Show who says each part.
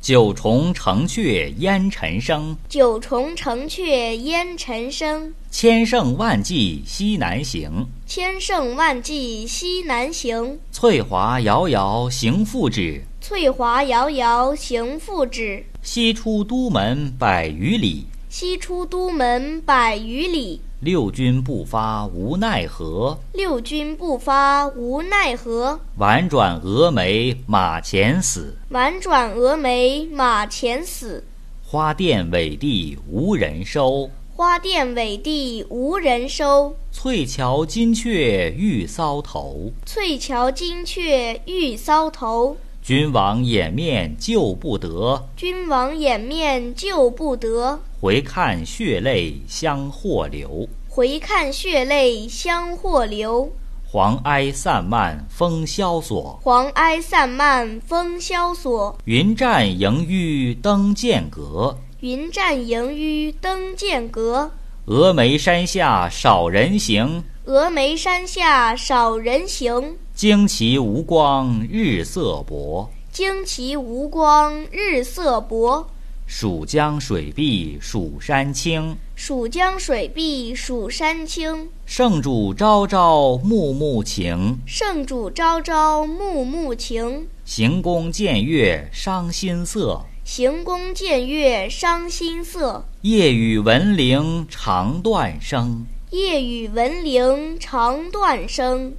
Speaker 1: 九重城阙烟尘生，
Speaker 2: 九重城阙烟尘生，
Speaker 1: 千乘万骑西南行。
Speaker 2: 千乘万骑西南行。
Speaker 1: 翠华遥遥行复止，
Speaker 2: 翠华遥遥行复止，
Speaker 1: 西出都门百余里。
Speaker 2: 西出都门百余里。
Speaker 1: 六军不发无奈何，
Speaker 2: 六军不发无奈何。
Speaker 1: 宛转蛾眉马前死，
Speaker 2: 宛转蛾眉马前死，
Speaker 1: 花钿委地无人收。
Speaker 2: 花钿委地无人收。
Speaker 1: 翠桥金雀玉搔头，
Speaker 2: 翠桥金雀玉搔头，
Speaker 1: 君王掩面救不得，
Speaker 2: 君王掩面救不得。
Speaker 1: 回看血泪相和流。
Speaker 2: 回看血泪相和流，
Speaker 1: 黄埃散漫风萧索，
Speaker 2: 黄埃散漫风萧索。
Speaker 1: 云栈迎纡登剑阁。
Speaker 2: 云栈迎纡登剑阁，
Speaker 1: 峨眉山下少人行，
Speaker 2: 峨眉山下少人行。
Speaker 1: 旌旗无光日色薄。
Speaker 2: 旌旗无光日色薄，
Speaker 1: 蜀江水碧蜀山青，
Speaker 2: 蜀江水碧蜀山青。
Speaker 1: 圣主昭昭暮暮晴。
Speaker 2: 圣主昭昭暮暮晴，
Speaker 1: 行宫见月伤心色，
Speaker 2: 行宫见月伤心色。
Speaker 1: 夜雨闻铃肠断声。
Speaker 2: 夜雨闻铃肠断声。